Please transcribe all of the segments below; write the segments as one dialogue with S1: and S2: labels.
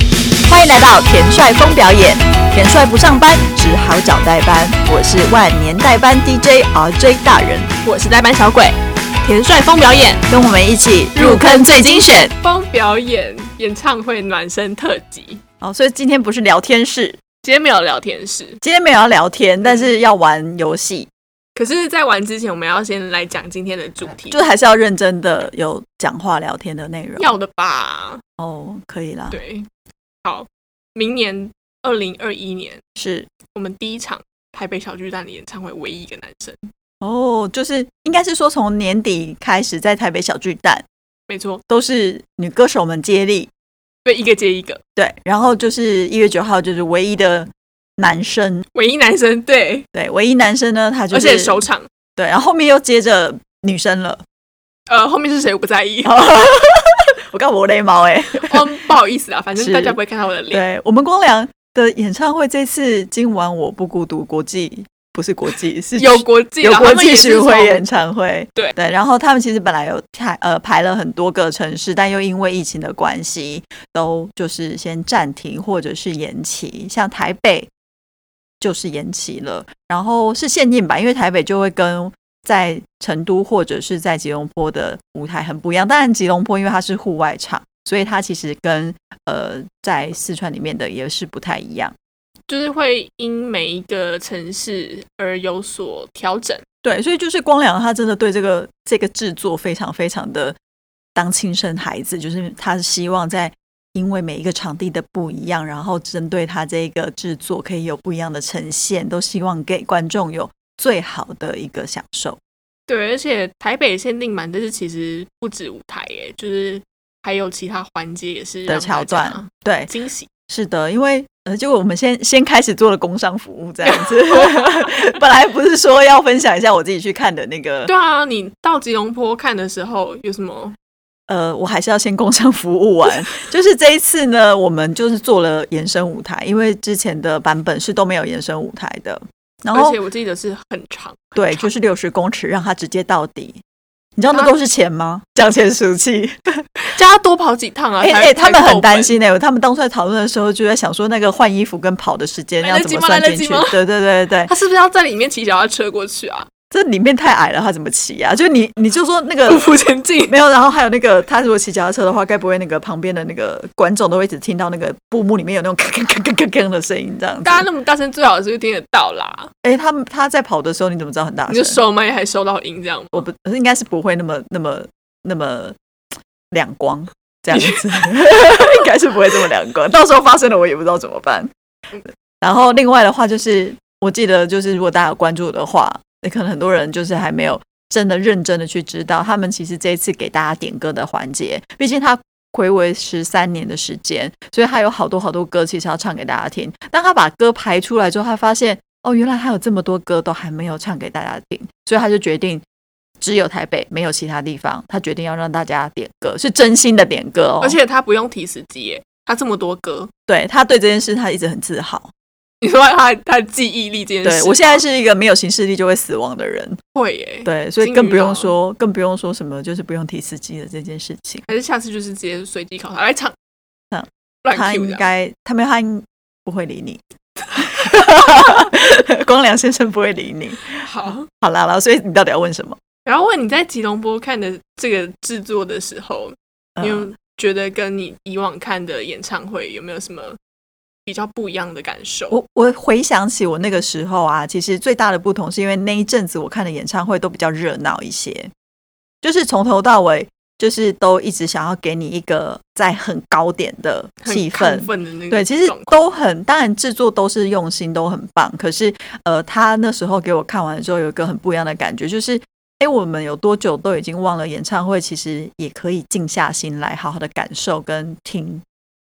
S1: 迎来到田帅峰表演。田帅不上班，只好找代班。我是万年代班 DJ RJ 大人，
S2: 我是代班小鬼。田帅风表演，
S1: 跟我们一起入坑最精选。
S2: 风表演演唱会暖身特辑。
S1: 哦，所以今天不是聊天室，
S2: 今天没有聊天室，
S1: 今天没有要聊天，但是要玩游戏，
S2: 可是，在玩之前，我们要先来讲今天的主题
S1: 就，是还是要认真的有讲话聊天的内容。
S2: 要的吧？
S1: 哦，可以啦，
S2: 对，好，明年二零二一年，
S1: 是
S2: 我们第一场台北小巨蛋的演唱会，唯一一个男生，
S1: 哦，就是应该是说从年底开始，在台北小巨蛋
S2: 没错，
S1: 都是女歌手们接力，
S2: 对，一个接一个，
S1: 对，然后就是一月九号就是唯一的男生，
S2: 唯一男生，对，
S1: 对，唯一男生呢，他就
S2: 而
S1: 是
S2: 且首场，
S1: 对，然后后面又接着女生 了，
S2: 呃，后面是谁我不在
S1: 哦
S2: 意，
S1: 我刚我雷毛哎、
S2: 哦，不好意思啊，反正
S1: 是
S2: 大家不会看到我的脸，
S1: 对我们光良的演唱会这次今晚我不孤独国际不是国际是
S2: 有国际啦，
S1: 有国
S2: 他们也
S1: 际
S2: 是
S1: 巡
S2: 从
S1: 回演唱会，
S2: 对
S1: 对，然后他们其实本来有排呃排了很多个城市，但又因为疫情的关系，都就是先暂停或者是延期，像台北就是延期了，然后是限定版，因为台北就会跟在成都或者是在吉隆坡的舞台很不一样，当然吉隆坡因为它是户外场，所以它其实跟呃在四川里面的也是不太一样。
S2: 就是会因每一个城市而有所调整。
S1: 对，所以就是光良他真的对这个这个制作非常非常的当亲生孩子，就是他希望在因为每一个场地的不一样，然后针对他这个制作可以有不一样的呈现，都希望给观众有最好的一个享受。
S2: 对，而且台北限定版，但是其实不止舞台耶，就是还有其他环节也是
S1: 的
S2: 让
S1: 桥
S2: 大家
S1: 段对，
S2: 惊喜。
S1: 是的，因为呃，就我们先先开始做了工商服务这样子，本来不是说要分享一下我自己去看的那个
S2: 对，啊，你到吉隆坡看的时候有什么？
S1: 呃，我还是要先工商服务完。就是这一次呢，我们就是做了延伸舞台，因为之前的版本是都没有延伸舞台的。然
S2: 而
S1: 后
S2: 且我记得是很长，
S1: 对，
S2: 很长
S1: 就是六十公尺，让它直接到底。你知道那都是钱 吗？讲钱俗气。
S2: 叫他多跑几趟啊！
S1: 哎
S2: 才
S1: 哎，他们很担。
S2: 才够
S1: 心哎、他们当初在讨论的时候就在想说，那个换衣服跟跑的时间
S2: 来
S1: 要
S2: 得
S1: 怎
S2: 及
S1: 么
S2: 哎吗
S1: 算
S2: 来
S1: 进
S2: 得及
S1: 去？
S2: 吗
S1: 对对对对
S2: 本，他是不是要在里面骑脚踏车过去啊？
S1: 这里面太矮了，他怎么骑啊？就你你就说那个
S2: 匍匐前进，
S1: 没有，然后还有那个，他如果骑脚踏车的话，该不会那个旁边的那个观众都会一直听到那个布幕里面有那种咔咔咔咔咔咔的声音，这样子
S2: 大。家那么大声，最好是听得到啦。
S1: 哎，他们他在跑的时候，你怎么知道很大
S2: 你就
S1: 声？哦
S2: 收麦还收到音这样吗？
S1: 我不应该是不会那么那么那么亮光这样 子，应该是不会这么亮光。到时候发生了，我也不知道怎么办。然后另外的话，就是我记得，就是如果大家有关注的话，也可能很多人就是还没有真的认真的去知道，他们其实这一次给大家点歌的环节，毕竟他暌违十三年的时间，所以他有好多好多歌其实要唱给大家听。当他把歌排出来之后，他发现哦，原来还有这么多歌都还没有唱给大家听，所以他就决定。只有台北，没有其他地方。他决定要让大家点歌，是真心的点歌哦。
S2: 而且他不用提词机耶，他这么多歌，
S1: 对他对这件事，他一直很自豪。
S2: 你说他他的记忆力这件事吗，
S1: 对我现在是一个没有行事力就会死亡的人，
S2: 会耶，
S1: 对，所以
S2: 金
S1: 更
S2: 鱼
S1: 不用
S2: 脑
S1: 说，更不用说什么，就是不用提司机的这件事情。
S2: 还是下次就是直接随机考他来唱
S1: 唱
S2: 乱
S1: 他
S2: Q
S1: 应
S2: 的啊，
S1: 该，他没有，他应不会理你。光良先生不会理你。
S2: 好。
S1: 好啦啦，所以你到底要问什么？
S2: 然后问你在吉隆坡看的这个制作的时候，
S1: 嗯
S2: 你有觉得跟你以往看的演唱会有没有什么比较不一样的感受？
S1: 我我回想起我那个时候啊，其实最大的不同是因为那一阵子我看的演唱会都比较热闹一些，就是从头到尾就是都一直想要给你一个在很高点的
S2: 很
S1: 气
S2: 亢
S1: 氛，
S2: 奋的那个
S1: 对，其实
S2: 状况
S1: 都很，当然制作都是用心，都很棒。可是，呃，他那时候给我看完之后，有一个很不一样的感觉，就是，哎，我们有多久都已经忘了演唱会，其实也可以静下心来，好好的感受跟听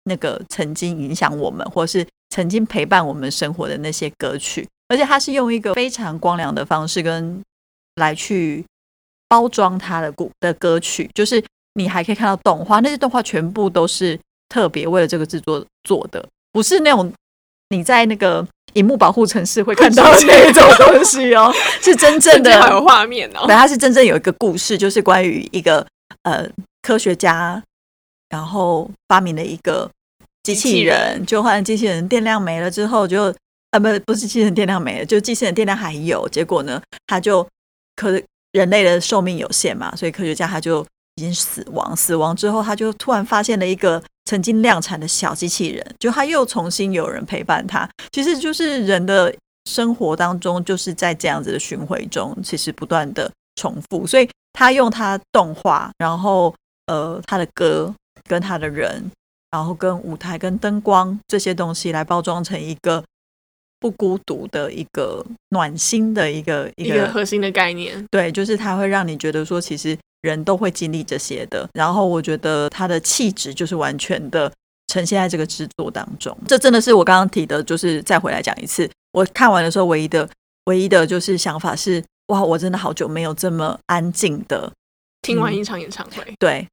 S1: 那个曾经影响我们，或是曾经陪伴我们生活的那些歌曲。而且，他是用一个非常光良的方式跟来去包装他的歌的歌曲，就是你还可以看到动画，那些动画全部都是特别为了这个制作做的，不是那种你在那个荧幕保护城市会看到的那种东西哦，是真正
S2: 瞬间好有
S1: 的，
S2: 画面哦
S1: 对，，它是真正有一个故事，就是关于一个呃科学家，然后发明了一个机器人，就换机器人电量没了之后就，啊不不是机器人电量没了，就机器人电量还有，结果呢，它就可人类的寿命有限嘛，所以科学家他就已经死亡，死亡之后他就突然发现了一个曾经量产的小机器人，就他又重新有人陪伴他，其实就是人的生活当中就是在这样子的巡回中，其实不断的重复，所以他用他动画，然后呃他的歌跟他的人，然后跟舞台跟灯光这些东西来包装成一个。不孤独的一个暖心的一个一
S2: 一
S1: 个
S2: 个核心的概念。
S1: 对，就是它会让你觉得说，其实人都会经历这些的。然后我觉得它的气质就是完全的呈现在这个制作当中。这真的是我刚刚提的，就是再回来讲一次。我看完的时候，唯一的唯一的就是想法是，哇，我真的好久没有这么安静的。
S2: 听
S1: 嗯
S2: 完一场演唱会，
S1: 对，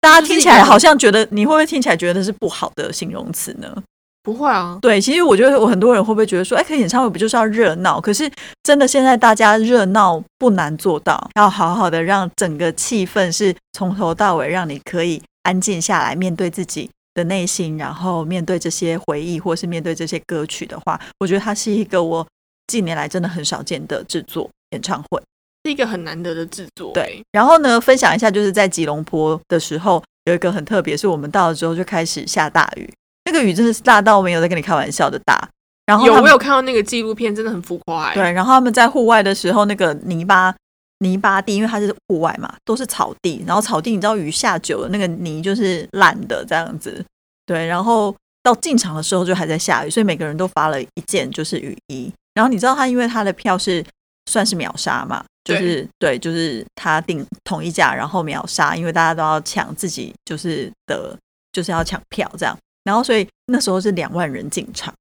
S1: 大家
S2: 就是
S1: 听起
S2: 一
S1: 来
S2: 个
S1: 好像觉得，你会不会听起来觉得是不好的形容词呢？
S2: 不会啊，
S1: 对，其实我觉得我很多人会不会觉得说，哎，可演唱会不就是要热闹？可是真的现在大家热闹不难做到，要好好的让整个气氛是从头到尾让你可以安静下来，面对自己的内心，然后面对这些回忆，或是面对这些歌曲的话，我觉得它是一个我近年来真的很少见的制作演唱会。
S2: 是一个很难得的制作。欸
S1: 对，然后呢，分享一下，就是在吉隆坡的时候，有一个很特别，是我们到了之后就开始下大雨，那个雨真的是大到没有在跟你开玩笑的大。然后
S2: 有
S1: 他们
S2: 我有看到那个纪录片，真的很浮夸、欸。
S1: 对，然后他们在户外的时候，那个泥巴泥巴地，因为它是户外嘛，都是草地，然后草地你知道雨下久了，那个泥就是烂的这样子。对，然后到进场的时候就还在下雨，所以每个人都发了一件就是雨衣。然后你知道他因为他的票是算是秒杀嘛，就是对就是他定统一价，然后秒杀，因为大家都要抢自己就是的，就是要抢票这样。然后所以那时候是两万人进场，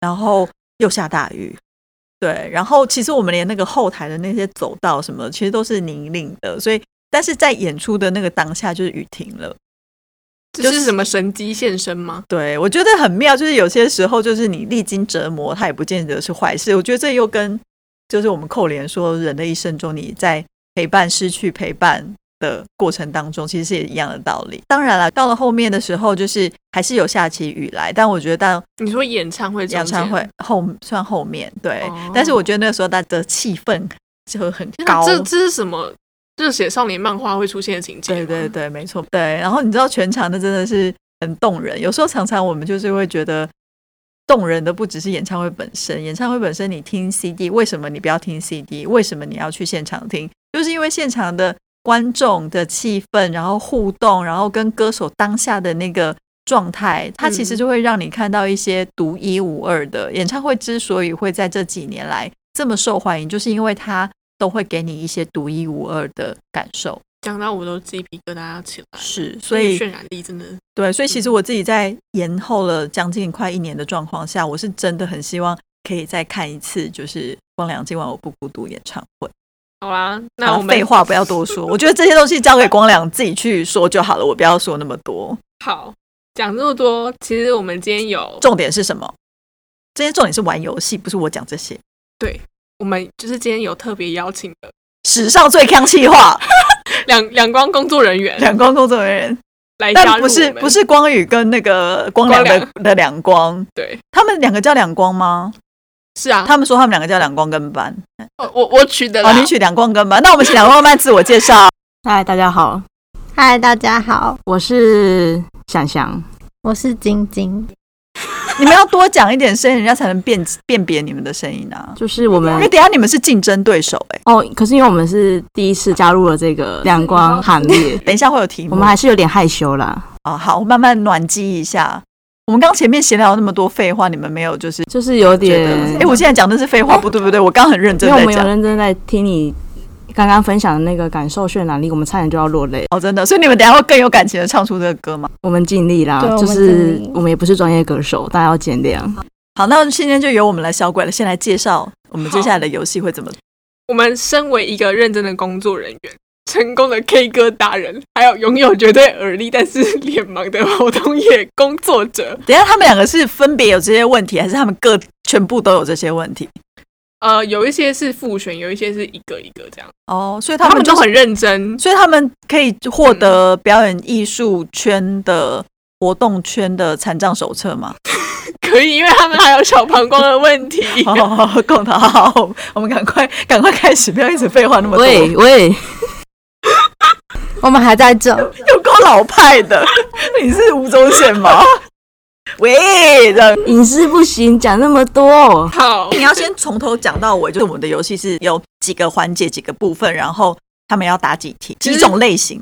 S1: 然后又下大雨，对，然后其实我们连那个后台的那些走道什么，其实都是泥泞的，所以但是在演出的那个当下就是雨停了。
S2: 这是什么神机现身吗？
S1: 对，我觉得很妙，就是有些时候就是你历经折磨，它也不见得是坏事。我觉得这又跟就是我们扣连说，人的一生中你在陪伴、失去陪伴的过程当中，其实是也一样的道理。当然了，到了后面的时候，就是还是有下起雨来，但我觉得到
S2: 你说演唱会中间，
S1: 演唱会后算后面对，
S2: 哦
S1: 但是我觉得那时候大家的气氛就很
S2: 天哪，
S1: 高。
S2: 这这是什么热血少年漫画会出现的情节？
S1: 对对，对，没错。对，然后你知道全场的真的是很动人，有时候常常我们就是会觉得动人的不只是演唱会本身，演唱会本身你听 CD，为什么你不要听 CD？为什么你要去现场听？就是因为现场的观众的气氛，然后互动，然后跟歌手当下的那个。状态，它其实
S2: 嗯
S1: 就会让你看到一些独一无二的演唱会。之所以会在这几年来这么受欢迎，就是因为它都会给你一些独一无二的感受。
S2: 讲到我都鸡皮疙瘩起来。
S1: 是，所
S2: 所以
S1: 以
S2: 渲染力真的
S1: 对，所以
S2: 嗯
S1: 其实我自己在延后了将近快一年的状况下，我是真的很希望可以再看一次，就是光良今晚我不孤独演唱会。
S2: 好啦。
S1: 好
S2: 那
S1: 啦
S2: 我们
S1: 废话不要多说，我觉得这些东西交给光良自己去说就好了，我不要说那么多。
S2: 好讲这么多，其实我们今天有
S1: 重点是什么？这些重点是玩游戏，不是我讲这些。
S2: 我们就是今天有特别邀请的
S1: 史上最强气话，
S2: 两两光工作人员
S1: 两光工作人员，
S2: 来加
S1: 但
S2: 入
S1: 不是
S2: 我们
S1: 不是光宇跟那个光良
S2: 光
S1: 的的两光，
S2: 对
S1: 他们两个叫两光吗？
S2: 是啊，
S1: 他们说他们两个叫两光跟班。
S2: 我我我取的
S1: 好，
S2: 啦，
S1: 哦你取两光跟吧。那我们请两光跟自我介 绍。
S3: 嗨，大家好，
S4: 嗨，大家好，
S3: 我是想想。
S4: 我是晶晶。
S1: 你们要多讲一点声音，人家才能辨辨别你们的声音啊。
S3: 就是我
S1: 因
S3: 们
S1: 为
S4: 哎
S1: 等一下你们是竞争对手哎、
S3: 哦，可是因为我们是第一次加入了这个亮光行 列，
S1: 等一下会有题目。
S3: 我们还是有点害羞啦。
S1: 啊、好，我慢慢暖机一下。我们刚前面闲聊那么多废话，你们没有就是
S3: 就是有
S1: 觉
S3: 点
S1: 得，哎、我现在讲的是废话，不对不对，我刚很认
S3: 因
S1: 真
S3: 为我
S1: 在
S3: 们有
S1: 讲。
S3: 认真在听你刚刚分享的那个感受渲染力，我们差点就要落泪。
S1: 哦，真的，所以你们等一下会更有感情的唱出这个歌吗？
S3: 我们尽力啦，
S4: 对
S3: 就
S4: 我们
S3: 是
S4: 尽力
S3: 我们也不是专业歌手，大家要见谅。
S1: 好，那今天就由我们来小鬼了，先来介绍我们接下来的游戏会
S3: 嗯
S1: 怎么。
S2: 我们身为一个认真的工作人员，成功的 K 歌达人，还有拥有绝对耳力但是 脸盲的活动业工作者，
S1: 等一下他们两个是分别有这些问题，还是他们各全部都有这些问题？
S2: 呃，有一些是复选，有一些是一个一个这样，
S1: 哦，所以
S2: 他
S1: 他们
S2: 们
S1: 就
S2: 都
S1: 是
S2: 很认真。
S1: 嗯所以他们可以获得表演艺术圈的活动圈的残障手册 吗？
S2: 可以，因为他们还有小膀胱的问题。
S1: 好好好好，共好好哦好，我们赶快赶快开始，不要一直废话那么多，
S3: 喂
S1: 有
S3: 喂，
S4: 我们还在这，
S1: 够老派的。你是吴宗宪 吗？喂，这样
S3: 影视不行，讲那么多，
S2: 好，
S1: 你要先从头讲到尾，就是我们的游戏是有几个环节、几个部分，然后他们要答几题、
S2: 其
S1: 几
S2: 实
S1: 种类型。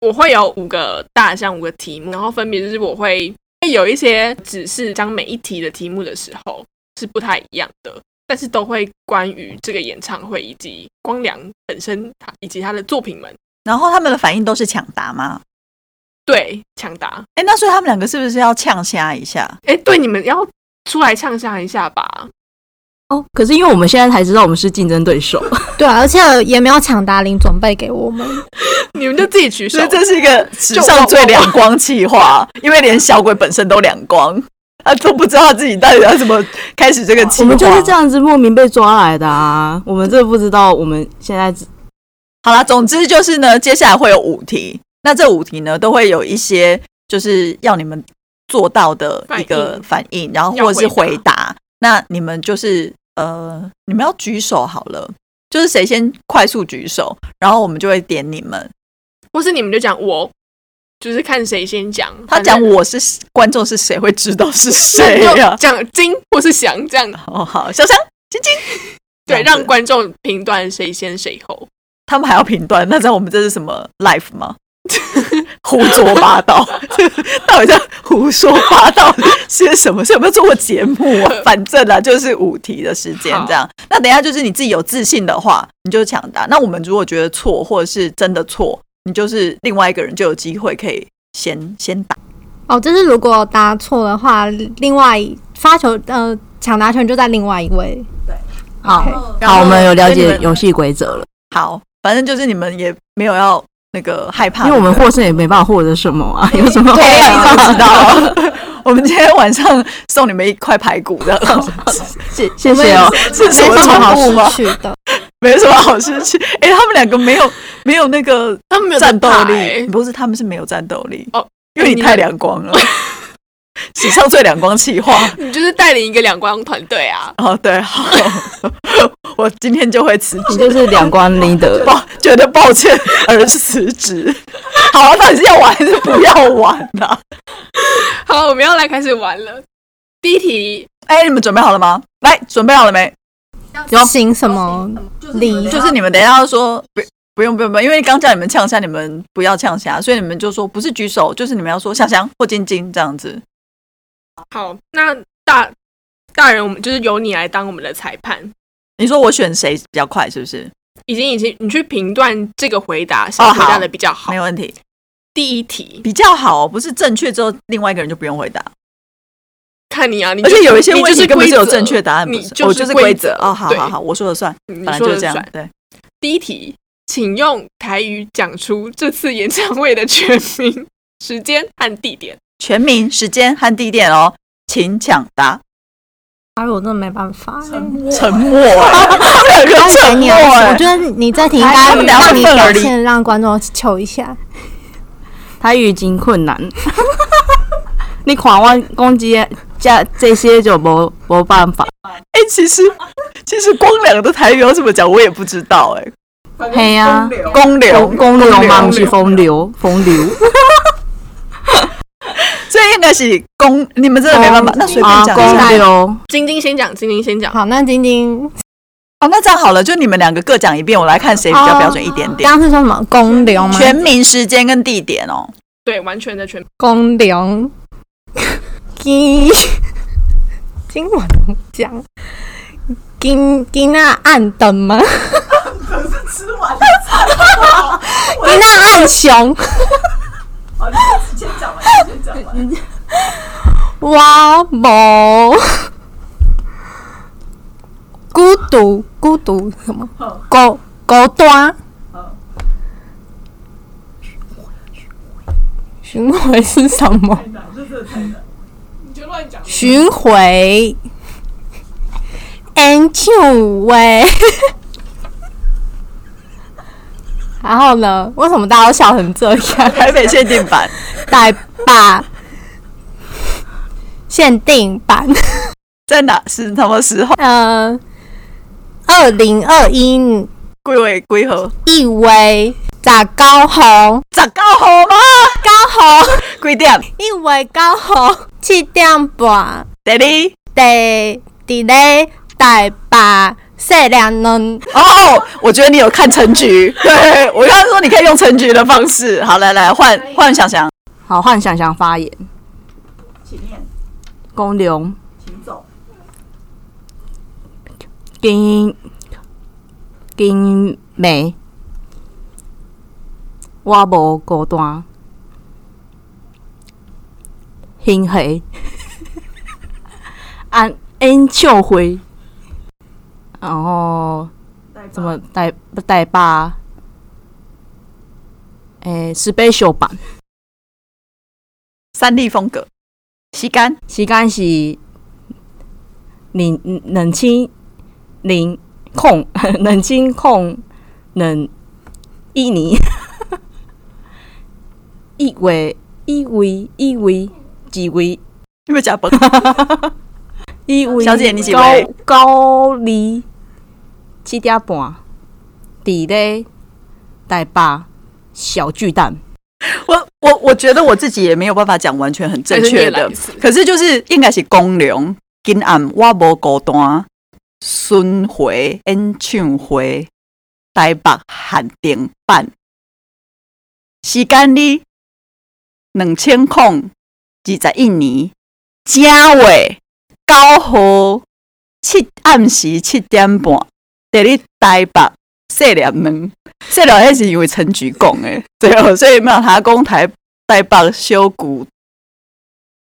S2: 我会有五个大项，五个题目，然后分别就是我会会有一些指示，将每一题的题目的时候是不太一样的，但是都会关于这个演唱会以及光良本身他以及他的作品们。
S1: 然后他们的反应都是抢答吗？
S2: 对，抢答，
S1: 哎，那所以他们两个是不是要呛虾一下？
S2: 哎，对，你们要出来呛下一下吧。
S3: 哦，可是因为我们现在才知道我们是竞争对手，
S4: 对啊，而且也没有抢答铃准备给我们，
S2: 你们就自 己举手
S1: 所以。这是一个史上最两光气话， 因为连小鬼本身都两光，他都不知道自己到底要怎么开始这个气
S3: 我
S1: 话。
S3: 们就是这样子莫名被抓来的啊！我们真的不知道，我们现在只
S1: 好啦，总之就是呢，接下来会有五题，那这五题呢都会有一些就是要你们做到的一个反应，然后或者是回
S2: 要
S1: 答。那你们就是呃，你们要举手好了，就是谁先快速举手，然后我们就会点你们。
S2: 或是你们就讲我，就是看谁先讲。
S1: 他讲
S2: 反正
S1: 我是观众是谁会知道是谁啊
S2: 那你
S1: 呀、
S2: 就讲金或是翔这样，
S1: 哦，好，小香，晶晶，
S2: 对，
S1: 这样
S2: 让
S1: 子
S2: 观众评断谁先谁后。
S1: 他们还要评断，那知道我们这是什么 life 吗？ 胡说八道， 到底在胡说八道些什么？是有没有做过节目 啊？反正啊，就是五题的时间这样。那等一下就是你自己有自信的话，你就抢答。那我们如果觉得错，或者是真的错，你就是另外一个人就有机会可以先先打。
S4: 哦，就是如果答错的话，另外发球呃抢答权就在另外一位。
S3: 好
S4: OK
S3: 好，我们有了解
S1: 跟你们
S3: 游戏规则了，
S1: 好，反正就是你们也没有要那个害怕
S3: 因
S1: 的，
S3: 为我们获胜也没办法获得什么啊，有什么 好
S1: 对
S3: 害
S1: 啊，
S3: 怕
S1: 你
S3: 的
S1: 就知道。 我们今天晚上送你们一块排骨 的，
S3: 谢谢谢哦，
S1: 是什么
S4: 没什么
S1: 好
S4: 好
S1: 事吗
S4: 失？去的，
S1: 没什么好事情。哎、他们两个没有没有那个
S2: 他们没有在
S1: 战斗
S2: 打
S1: 力，
S2: 欸
S1: 不是他们是没有战斗力
S2: 哦，
S1: 因为你
S2: 你
S1: 太两光了， 史上最两光气话。
S2: 你就是带领一个两光团队啊。
S1: 哦，对，好， 我今天就会辞职。
S3: 你就是两关 leader。
S1: 抱觉得抱歉而辞职，好、啊，到底是要玩还是不要玩呢、啊？
S2: 好，我们要来开始玩了。第一题
S1: 哎、你们准备好了吗？来，准备好了没？
S4: 要行什么礼？
S1: 就是你们等一下要说不不用不用不用，因为刚叫你们呛虾，你们不要呛虾，所以你们就说不是举手，就是你们要说香香或晶晶这样子。
S2: 好，那大大人，我们就是由你来当我们的裁判。
S1: 你说我选谁比较快，是不是？
S2: 已经已经，你去评断这个回答谁
S1: 哦
S2: 回答
S1: 好
S2: 的比较好。
S1: 没有问题，
S2: 第一题，
S1: 比较好、不是正确之后，另外一个人就不用回答。
S2: 看你啊，你
S1: 而且
S2: 就
S1: 有一些
S2: 你
S1: 问
S2: 就
S1: 题
S2: 是
S1: 根本是有
S2: 规则
S1: 正确答案，
S2: 你
S1: 不是？我就是规则哦，好
S2: 对
S1: 好好，我说了算，
S2: 你
S1: 本来
S2: 说
S1: 就
S2: 了
S1: 这样
S2: 算。。
S1: 对，
S2: 第一题，请用台语讲出这次演唱会的全名、时间和地点。
S1: 全名、时间和地点哦，请抢答。
S4: 哎，我真的没办法。
S1: 沉 默，这个
S4: 该给
S1: 沉
S4: 你
S1: 默
S4: 了，
S1: 哎
S4: 我觉得你这题应
S1: 他
S4: 该
S1: 们等下
S4: 让
S1: 会
S4: 你
S1: 愤而
S4: 表
S1: 离
S4: 现，让观众求一下。
S3: 台语真困难。 你看我讲这这这些就没没办法。
S1: 哎、其实其实光良的台语要怎么讲，我也不知道哎、
S3: 嘿呀、
S1: 哦公
S3: 啊，
S1: 流，
S3: 公公流嘛，不
S1: 公
S3: 是风流，风流。
S1: 所以应该是公，你们真的没
S2: 哦
S1: 办法，那随便
S3: 啊，
S1: 讲一
S3: 公
S1: 下。
S3: 流。
S2: 晶晶先讲，晶晶先讲。
S4: 好，那晶晶
S1: 哦，那这样好了，就你们两个各讲一遍，我来看谁比较标准一点
S2: 哦
S1: 点。
S4: 哦
S1: 嗯
S4: 刚刚是说什么公流吗？
S1: 全名、时间跟地点哦。
S2: 对，完全的全名。
S4: 公流。金，今晚怎么讲？金金那暗灯吗？ 可是吃完金那暗熊。哇某孤独孤独什么？孤孤单。巡回是什么？巡 回，N Q 喂。然后呢？为什么大家都笑成这样？
S1: 台北限定版，
S4: 台吧，限定版，
S1: 在哪是什么时候？
S4: 呃，二零二一
S1: 归位归何？
S4: 一为咋高红，
S1: 十九号吗？
S4: 高红
S1: 几点？
S4: 一为高红七点半，
S1: 第二。
S4: 第伫咧台北西凉两
S1: 哦，我觉得你有看陈 局，对我刚刚说你可以用陈局的方式。好，来来换换想想，
S3: 好，换想想发言。
S1: 请念，
S3: 公牛
S1: 请走。
S3: 金金梅，我无孤单。星系安演唱会，然后怎么带带吧？诶、s p e c i a l 版。
S1: 三 D 风格，吸干
S3: 时间是零冷清零控冷清控冷印尼，一位一位一位几位
S1: 有没有假 崩？
S3: 一位
S1: 小姐你几位
S3: 高高丽七点半，伫咧台北小巨蛋。
S1: 我我我觉得我自己也没有办法讲完全很正确
S2: 还是你也来
S1: 的
S2: 一次，
S1: 可是就是应该是公粮今暗我无孤单，巡回演唱会台北限定版，时间哩两千空二十一年正月九号七暗时七点半，伫咧台北四点两。这两天是因为陈局讲诶， 对哦，所以没有他讲台台北修古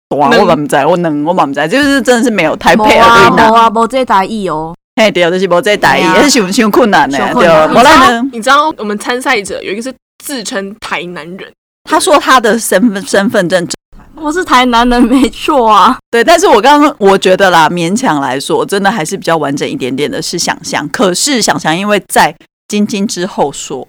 S1: 大，我嘛毋知，我能我嘛毋知，就是真的是没有台
S3: 无
S1: 北
S3: 啊
S1: 而已
S3: 无啊无这台语哦，
S1: 嘿，对，就是无这台语，
S3: 对啊
S1: 迄是伤困难诶，
S3: 太困
S1: 对，哦
S3: 难
S1: 无咱呢，
S2: 你知道你知道我们参赛者有一个是自称台南人，
S1: 他说他的身份身份证
S3: 我是台南人没错啊。
S1: 对，但是我刚刚我觉得啦，勉强来说，真的还是比较完整一点点的是想象。可是想象，因为在晶晶之后说，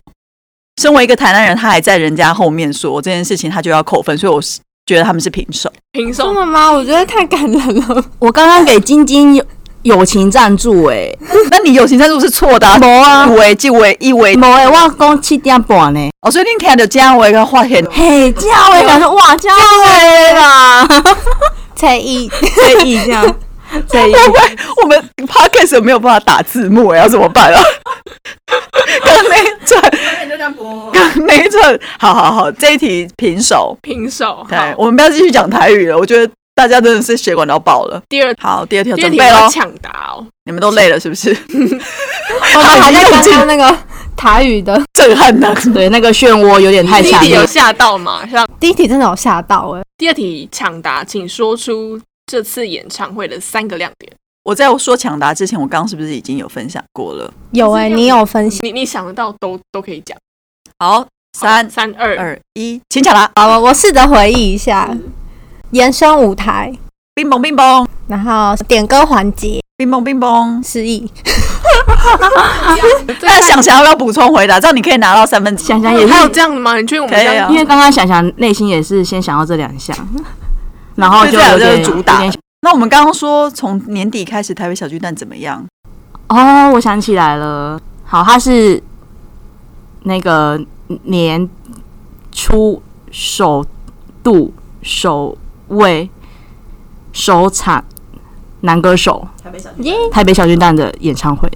S1: 身为一个台南人，他还在人家后面说这件事情，他就要扣分，所以我是觉得他们是平手。
S2: 平手
S1: 哦
S4: 真的吗？我觉得太感人了。
S3: 我刚刚给晶晶友友情赞助诶、
S1: 那你友情赞助是错的、啊，
S3: 无啊
S1: 一为即为一为
S3: 欸，无诶、我讲七点半呢、
S1: 哦，所以你听到这样我一个话题，
S3: 嘿，教 诶，想说哇，教诶啦，
S4: 才一
S3: 所以这样，所以
S1: 我们 podcast 没有办法打字幕、欸，要怎么办啊？ 刚刚那一段，刚刚那一段，好好好，这一题平手。
S2: 平手。
S1: 对
S2: 好，
S1: 我们不要继续讲台语了，我觉得大家真的是血管都要爆了。
S2: 第二
S1: 好，第二题有
S2: 第二
S1: 准
S2: 题
S1: 备喽
S2: 要，抢答哦，
S1: 你们都累了是不是？
S4: 我们还在
S1: 用
S4: 刚
S1: 尽
S4: 刚那个台语的
S1: 震撼呢、
S3: 对那个漩涡有点太
S2: 第一
S3: 强
S2: 题有
S3: 烈。
S2: 吓到吗？像
S4: 第一题真的有吓到哎、
S2: 第二题抢答，请说出这次演唱会的三个亮点。
S1: 我在说抢答之前，我刚刚是不是已经有分享过了？
S4: 有哎、你有分析？
S2: 你你想得到都都可以讲。
S1: 好，三
S2: 三二
S1: 二一，请抢答！
S4: 好，我我试着回忆一下，延伸舞台，
S1: 冰崩冰崩
S4: 然后点歌环节，
S1: 冰崩冰崩。
S4: 失忆。
S1: 那想想要不要补充回答？这样你可以拿到三分之一
S3: 想想也是
S2: 还，有这样的吗？你觉得我们
S1: 可以
S2: 这样
S1: 啊
S3: 因为刚刚想想内心也是先想到这两项，然后就
S1: 这两
S3: 有
S1: 个
S3: 点
S1: 就是主打
S3: 有点
S1: 那我们刚刚说从年底开始台北小巨蛋怎么样？
S3: 哦，我想起来了，好，它是那个年初首度首位首场男歌手
S4: 耶、
S3: 台北小巨蛋的演唱会，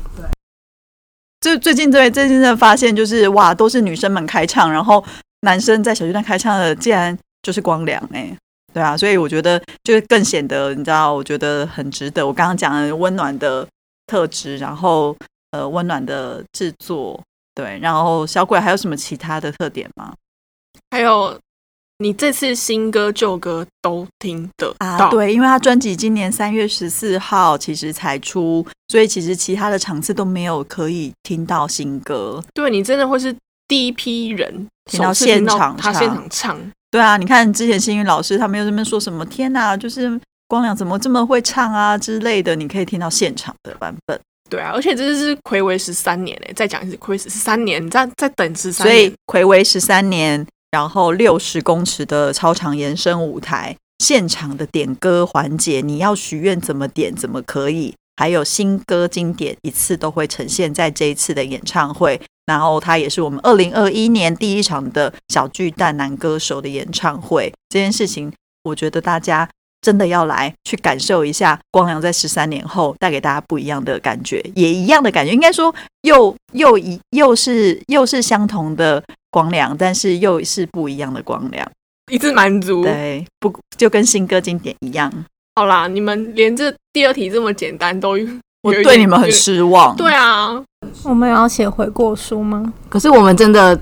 S1: 就最近对最近真的发现，就是哇，都是女生们开唱，然后男生在小巨蛋开唱的，竟然就是光良哎、对啊，所以我觉得就是更显得你知道，我觉得很值得。我刚刚讲的温暖的特质，然后呃温暖的制作，对，然后小鬼还有什么其他的特点吗？
S2: 还有你这次新歌旧歌都听得到，
S1: 啊，对，因为他专辑今年三月十四号其实才出，所以其实其他的场次都没有可以听到新歌。
S2: 对你真的会是第一批人
S1: 听到
S2: 首次听到
S1: 现场
S2: 他
S1: 唱
S2: 现场唱，
S1: 对啊，你看之前星云老师他们又在那边说什么天哪，就是光良怎么这么会唱啊之类的，你可以听到现场的版本。
S2: 对啊，而且这是暌违十三年欸诶，再讲一次，暌违十三年，你再再等十三
S1: 所以
S2: 年，
S1: 暌违十三年，然后六十公尺的超长延伸舞台，现场的点歌环节，你要许愿怎么点，怎么可以？还有新歌经典一次都会呈现在这一次的演唱会，然后它也是我们二零二一年第一场的小巨蛋男歌手的演唱会。这件事情，我觉得大家真的要来去感受一下，光良在十三年后带给大家不一样的感觉，也一样的感觉，应该说又又一又是又是相同的光良，但是又是不一样的光良。
S2: 一次满足。
S1: 对，不就跟新歌经典一样？
S2: 好啦，你们连这第二题这么简单都有
S1: 我
S2: 有一
S1: 对
S2: 点
S1: 你们很
S2: 有点
S1: 失望。
S2: 对啊，
S4: 我们有要写悔过书吗？
S3: 可是我们真的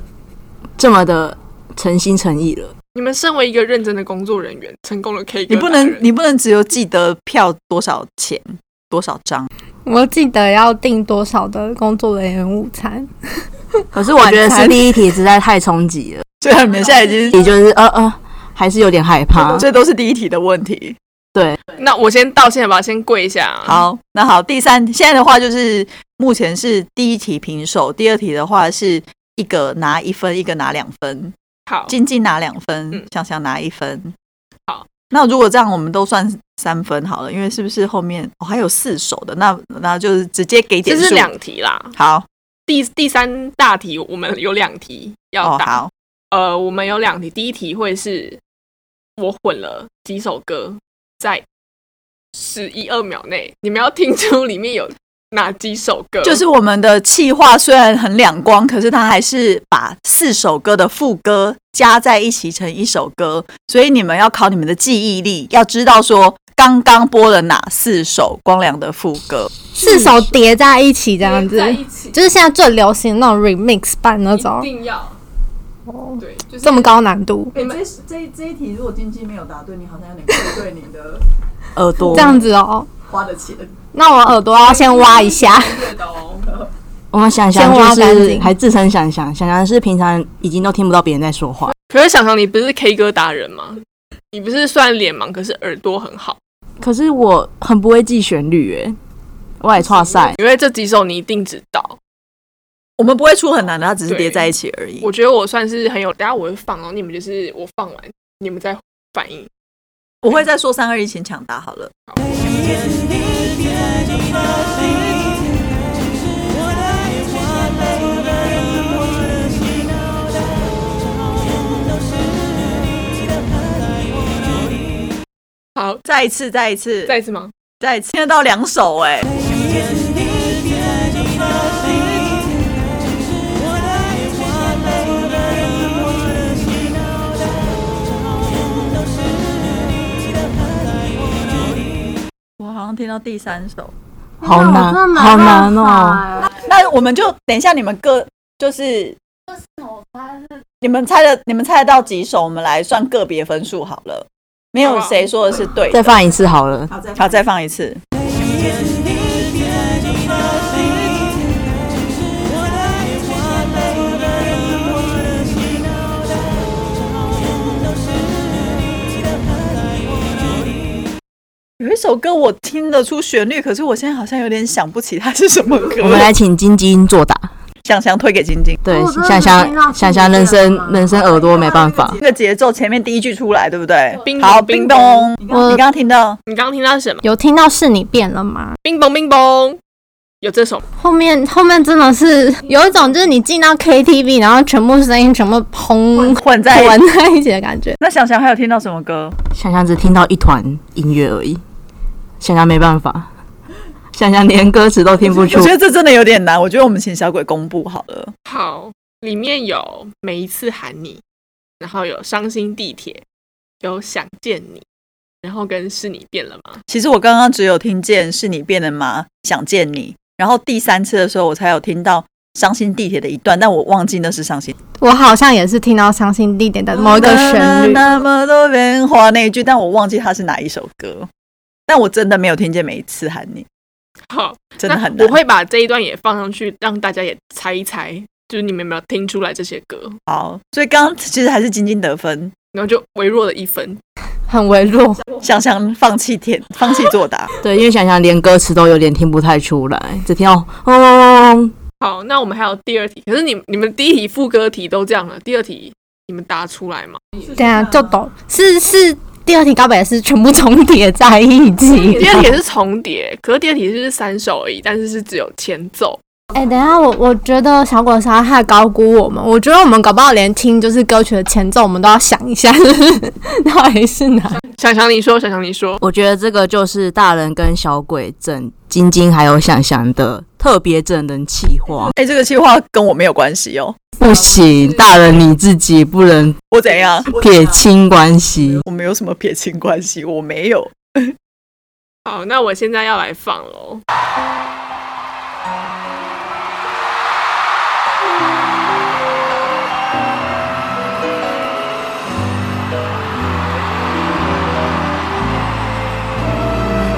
S3: 这么的诚心诚意了，
S2: 你们身为一个认真的工作人员，成功了 K 歌
S1: 你不
S2: 达人
S1: 能，你不能只有记得票多少钱、多少张。
S4: 我记得要订多少的工作人员午餐？
S3: 可是我觉得
S4: 晚
S3: 是
S4: 餐
S3: 第一题实在太冲击了，
S1: 虽然你们现在已经，
S3: 也就是呃呃，还是有点害怕。
S1: 这都是第一题的问题。
S3: 对，
S2: 那我先道歉吧，先跪一下。，
S1: 好，那好，第三现在的话就是目前是第一题平手，第二题的话是一个拿一分，一个拿两分，
S2: 好，
S1: 静静拿两分
S2: 嗯，
S1: 香香拿一分。
S2: 好，
S1: 那如果这样，我们都算三分好了，因为是不是后面哦还有四手的？那那就是直接给点
S2: 这
S1: 数。
S2: 是两题啦。
S1: 好
S2: 第第三大题我们有两题要
S1: 哦，
S2: 答。
S1: 好
S2: 呃，我们有两题，第一题会是我混了几首歌，在十一二秒内，你们要听出里面有哪几首歌。
S1: 就是我们的气划虽然很两光，可是它还是把四首歌的副歌加在一起成一首歌，所以你们要考你们的记忆力，要知道说刚刚播了哪四首光良的副歌。
S4: 四首叠在一起这哦样子
S2: 在，一起，
S4: 就是现在最流行那种 remix 版那
S2: 一
S4: 种，
S2: 定要。对，就是
S4: 这么高难度，
S1: 你们这这这一题如果经济没有答对，你好像有点愧对你的
S3: 耳朵
S4: 这样子哦。
S1: 花的钱。
S4: 那我耳朵要先挖一下，
S3: 我们想想
S4: 先挖
S3: 就
S4: 干
S3: 是
S4: 净
S3: 还自称想想想想是平常已经都听不到别人在说话，
S2: 可是想想你不是 K 歌达人吗？你不是虽然脸盲，可是耳朵很好。
S3: 可是我很不会记旋律耶，我也差赛。
S2: 因为这几首你一定知道。
S1: 我们不会出很难的，它只是叠在一起而已。
S2: 我觉得我算是很有，等一下我会放，哦然后你们就是我放完，你们再反应。
S1: 我会再说三二一前抢答好了。
S2: 好，
S1: 再一次，再一次，
S2: 再一次吗？
S1: 再一次，听得到两首哎、我好像听到第三首，
S3: 好难，好难
S5: 欸
S3: 哦！
S1: 那我们就等一下，你们各就是，你们猜的，你们猜得到几首，我们来算个别分数好了。没有谁说的是对
S3: 再
S1: 的，
S3: 放一次好了，
S1: 好，再放一次。有一首歌我听得出旋律，可是我现在好像有点想不起它是什么歌。
S3: 我们来请金金作答。
S1: 想想推给晶晶，
S3: 对
S5: 我真，的
S3: 想
S5: 没听到
S3: 想想想人
S5: 这啊
S3: 生
S5: 个
S3: 人生耳朵没办法
S1: 这，啊个节奏前面第一句出来，对不对？
S2: 冰
S1: 好，
S2: 冰
S1: 冰咚，你
S4: 我
S1: 刚刚听到
S2: 你刚刚听到什么？
S4: 有听到是你变了吗？
S2: 冰崩冰崩，有这首吗。
S4: 后面后面真的是有一种就是你进到 KTV，然后全部声音全部
S1: 混
S4: 砰
S1: 混在
S4: 混在一起的感觉。
S1: 那想想还有听到什么歌？
S3: 想想只听到一团音乐而已，想想没办法，想想连歌词都听不出
S1: 我觉。得这真的有点难，我觉得我们请小鬼公布好了。
S2: 好，里面有每一次喊你，然后有伤心地铁，有想见你，然后跟是你变了吗？
S1: 其实我刚刚只有听见是你变了吗？想见你。然后第三次的时候，我才有听到伤心地铁的一段，但我忘记那是伤心。
S4: 我好像也是听到伤心地点的某一个旋律，
S1: 那么多变化那一句，但我忘记它是哪一首歌。但我真的没有听见每一次喊你，
S2: 好，
S1: 真的很
S2: 那
S1: 难。
S2: 我会把这一段也放上去，让大家也猜一猜，就是你们有没有听出来这些歌？
S1: 好，所以刚刚其实还是晶晶得分，
S2: 然后就微弱的一分。
S4: 很微弱。
S1: 香香放弃填，放弃作 答。
S3: 对，因为想想连歌词都有点听不太出来，只听到嗡嗡嗡嗡。
S2: 好，那我们还有第二题，可是你你们第 一题副歌题都这样了，第二题你们答出来吗？
S4: 对啊，就懂是是第二题高北是全部重叠在一起。
S2: 第二题也是重叠，可是第二题是三首而已，但是是只有前奏。
S4: 哎、等一下，我我觉得小果沙太高估我们，我觉得我们搞不好连听就是歌曲的前奏，我们都要想一下， 到底是哪？
S2: 想想你说，想想你说，
S3: 我觉得这个就是大人跟小鬼整晶晶还有想想的特别整人气话。
S1: 哎、这个计划跟我没有关系哦，
S3: 不行，大人你自己不能
S1: 我怎 样？
S3: 撇清关系。
S1: 我没有什么撇清关系，我没有。
S2: 好，那我现在要来放喽。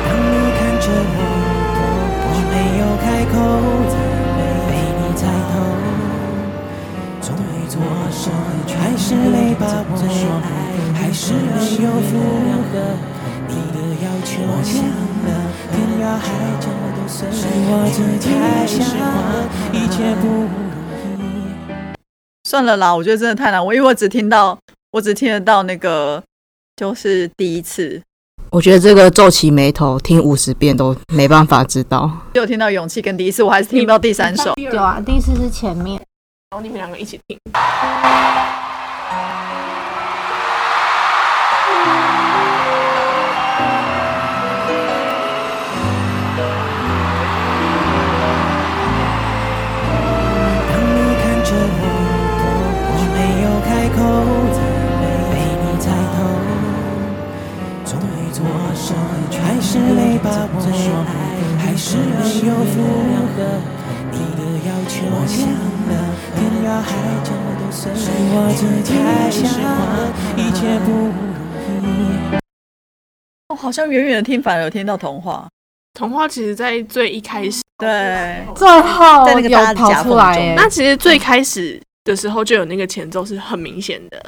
S5: 当你看着我，我没有开口，被你猜透。终于做手，还是没把我说爱，还是没有符合你的要求。我想了天涯海角都随我自己想，一切不容易。
S1: 算了啦，我觉得真的太难，我因为我只听到，我只听得到那个，就是第一次，
S3: 我觉得这个皱起眉头听五十遍都没办法知道。
S1: 就听到勇气跟第一次，我还是听不到第三首。
S2: 然
S4: 有啊，第一次是前面。
S2: 后你们两个一起听。
S5: 当你看着我，我没有开口，被你猜透。终于做手，还是没把我说爱，还是没有符合你的要求。我想了天涯海角都随我自己想，一切不容易。
S1: 我、哦好像远远的听，反而有听到童话。
S2: 童话其实，在最一开始，
S1: 对，
S4: 最后
S1: 在那个
S4: 有
S1: 大家的
S4: 跑
S1: 夹缝
S4: 出来欸
S1: 中
S4: 耶，
S2: 那其实最开始的时候就有那个前奏是很明显的。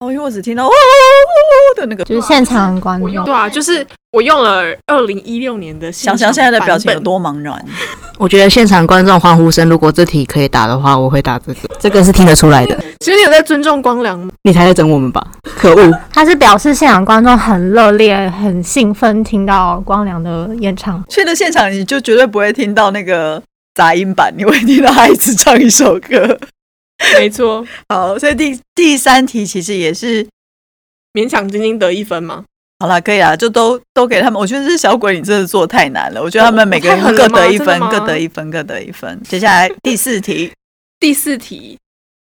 S1: 哦，因为我只听到呜呜呜的那个。
S4: 就是现场观
S1: 嗯
S4: 众
S2: 对啊，就是我用了二零一六年的
S1: 想
S2: 现
S1: 想
S2: 场
S1: 现在的表情
S2: 版
S1: 有
S2: 本
S1: 多茫然，
S3: 我觉得现场观众欢呼声，如果这题可以打的话，我会打这个，这个是听得出来的。
S2: 其实你有在尊重光良吗？
S3: 你才在整我们吧？可恶！
S4: 他是表示现场观众很热烈、很兴奋，听到光良的演唱。
S1: 去了现场你就绝对不会听到那个杂音版，你会听到他一直唱一首歌。
S2: 没错，
S1: 好，所以第第三题其实也是
S2: 勉强晶晶得一分吗？
S1: 好啦，可以啦，就都都给他们。我觉得这小鬼你真的做得太难了，我觉得他们每个人
S2: 我哦太狠
S1: 各
S2: 了吗
S1: 得一分
S2: 真的，吗
S1: 各得一分，各得一分。接下来第四题，
S2: 第四题，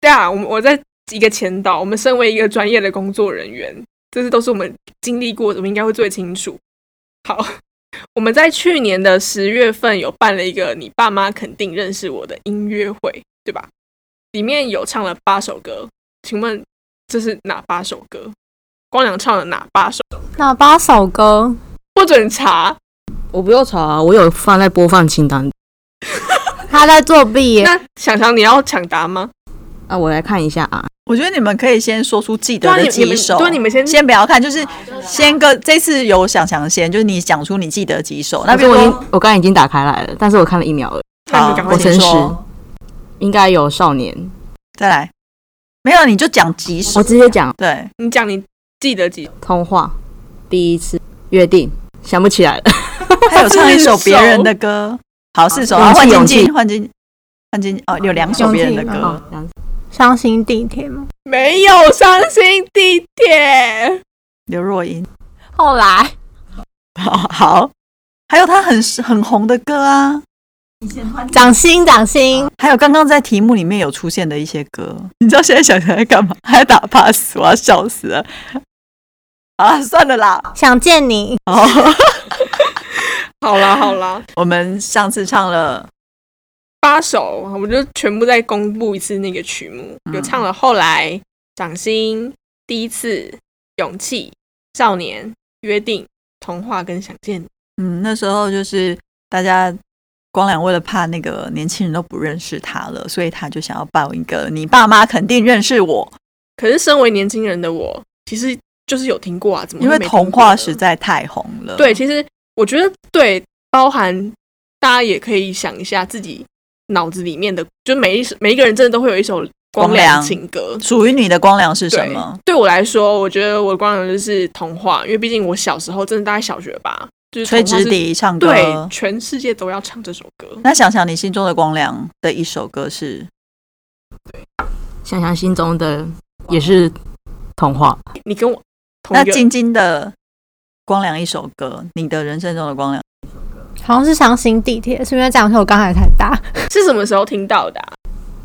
S2: 对啊，我们我在一个前导，我们身为一个专业的工作人员，这是都是我们经历过的，我们应该会最清楚。好， 我们在去年的十月份有办了一个“你爸妈肯定认识我”的音乐会，对吧？里面有唱了八首歌，请问这是哪八首歌？光良唱了哪八首？
S4: 那八首歌，
S2: 不准查，
S3: 我不用查、我有放在播放清单。
S4: 他在作弊耶。
S2: 那想想你要抢答吗？
S3: 啊，我来看一下啊。
S1: 我觉得你们可以先说出记得
S2: 对啊，
S1: 的
S2: 你你
S1: 几
S2: 们
S1: 首，
S2: 对啊，你们先
S1: 先不要看，就是先个这次有想想先，就是你讲出你记得几首。那
S3: 那
S1: 比如
S3: 我已经
S1: 说，
S3: 我刚才已经打开来了，但是我看了一秒而已，
S2: 那
S1: 好
S2: 你赶，快
S3: 我
S2: 先
S3: 诚实
S1: 说，
S3: 应该有少年。
S1: 再来，没有你就讲几首
S3: 我。直接讲
S1: 对，
S2: 你讲你记得几？
S3: 通话，第一次约定，想不起来了。
S1: 他有唱一首别人的歌，好四首，啊
S3: 勇
S1: 然后换
S3: 气
S1: 晶
S3: 勇气
S1: 晶，换晶换晶，哦，有两首别人的
S4: 勇气
S1: 歌
S3: 哦，，这样子
S4: 伤心地铁吗？
S2: 没有伤心地铁。
S1: 刘若英，
S4: 后来
S1: 好 好，还有他很很红的歌啊，
S4: 掌心掌心，
S1: 还有刚刚在题目里面有出现的一些歌，你知道现在想起来干嘛？ 还打 pass，我要笑死了。 啊，算了啦。
S4: 想见你。
S1: 好，
S2: 好啦好啦，
S1: 我们上次唱了，
S2: 八首我就全部再公布一次那个曲目，
S1: 嗯
S2: 有唱了后来、掌心、第一次、勇气、少年、约定、童话跟想见你。
S1: 嗯，那时候就是大家光良为了怕那个年轻人都不认识他了，所以他就想要报一个你爸妈肯定认识我，
S2: 可是身为年轻人的我，其实就是有听过啊，怎么
S1: 因
S2: 会
S1: 为
S2: 没听过呢
S1: 童话实在太红了。
S2: 对，其实我觉得对，包含大家也可以想一下自己脑子里面的，就每一每一个人真的都会有一首光
S1: 良
S2: 情歌。
S1: 属于你的光良是什么？
S2: 对我来说，我觉得我的光良就是童话，因为毕竟我小时候真的大概小学吧，就是
S1: 吹
S2: 童话
S1: 直
S2: 是，
S1: 笛唱歌。
S2: 对，全世界都要唱这首歌。
S1: 那想想你心中的光良的一首歌是
S3: 想想心中的也是童话，
S2: 你跟我同
S1: 那
S2: 一个
S1: 晶晶的光良一首歌，你的人生中的光良。
S4: 好像是伤心地铁，是因为这两首刚才太大，
S2: 是什么时候听到的啊、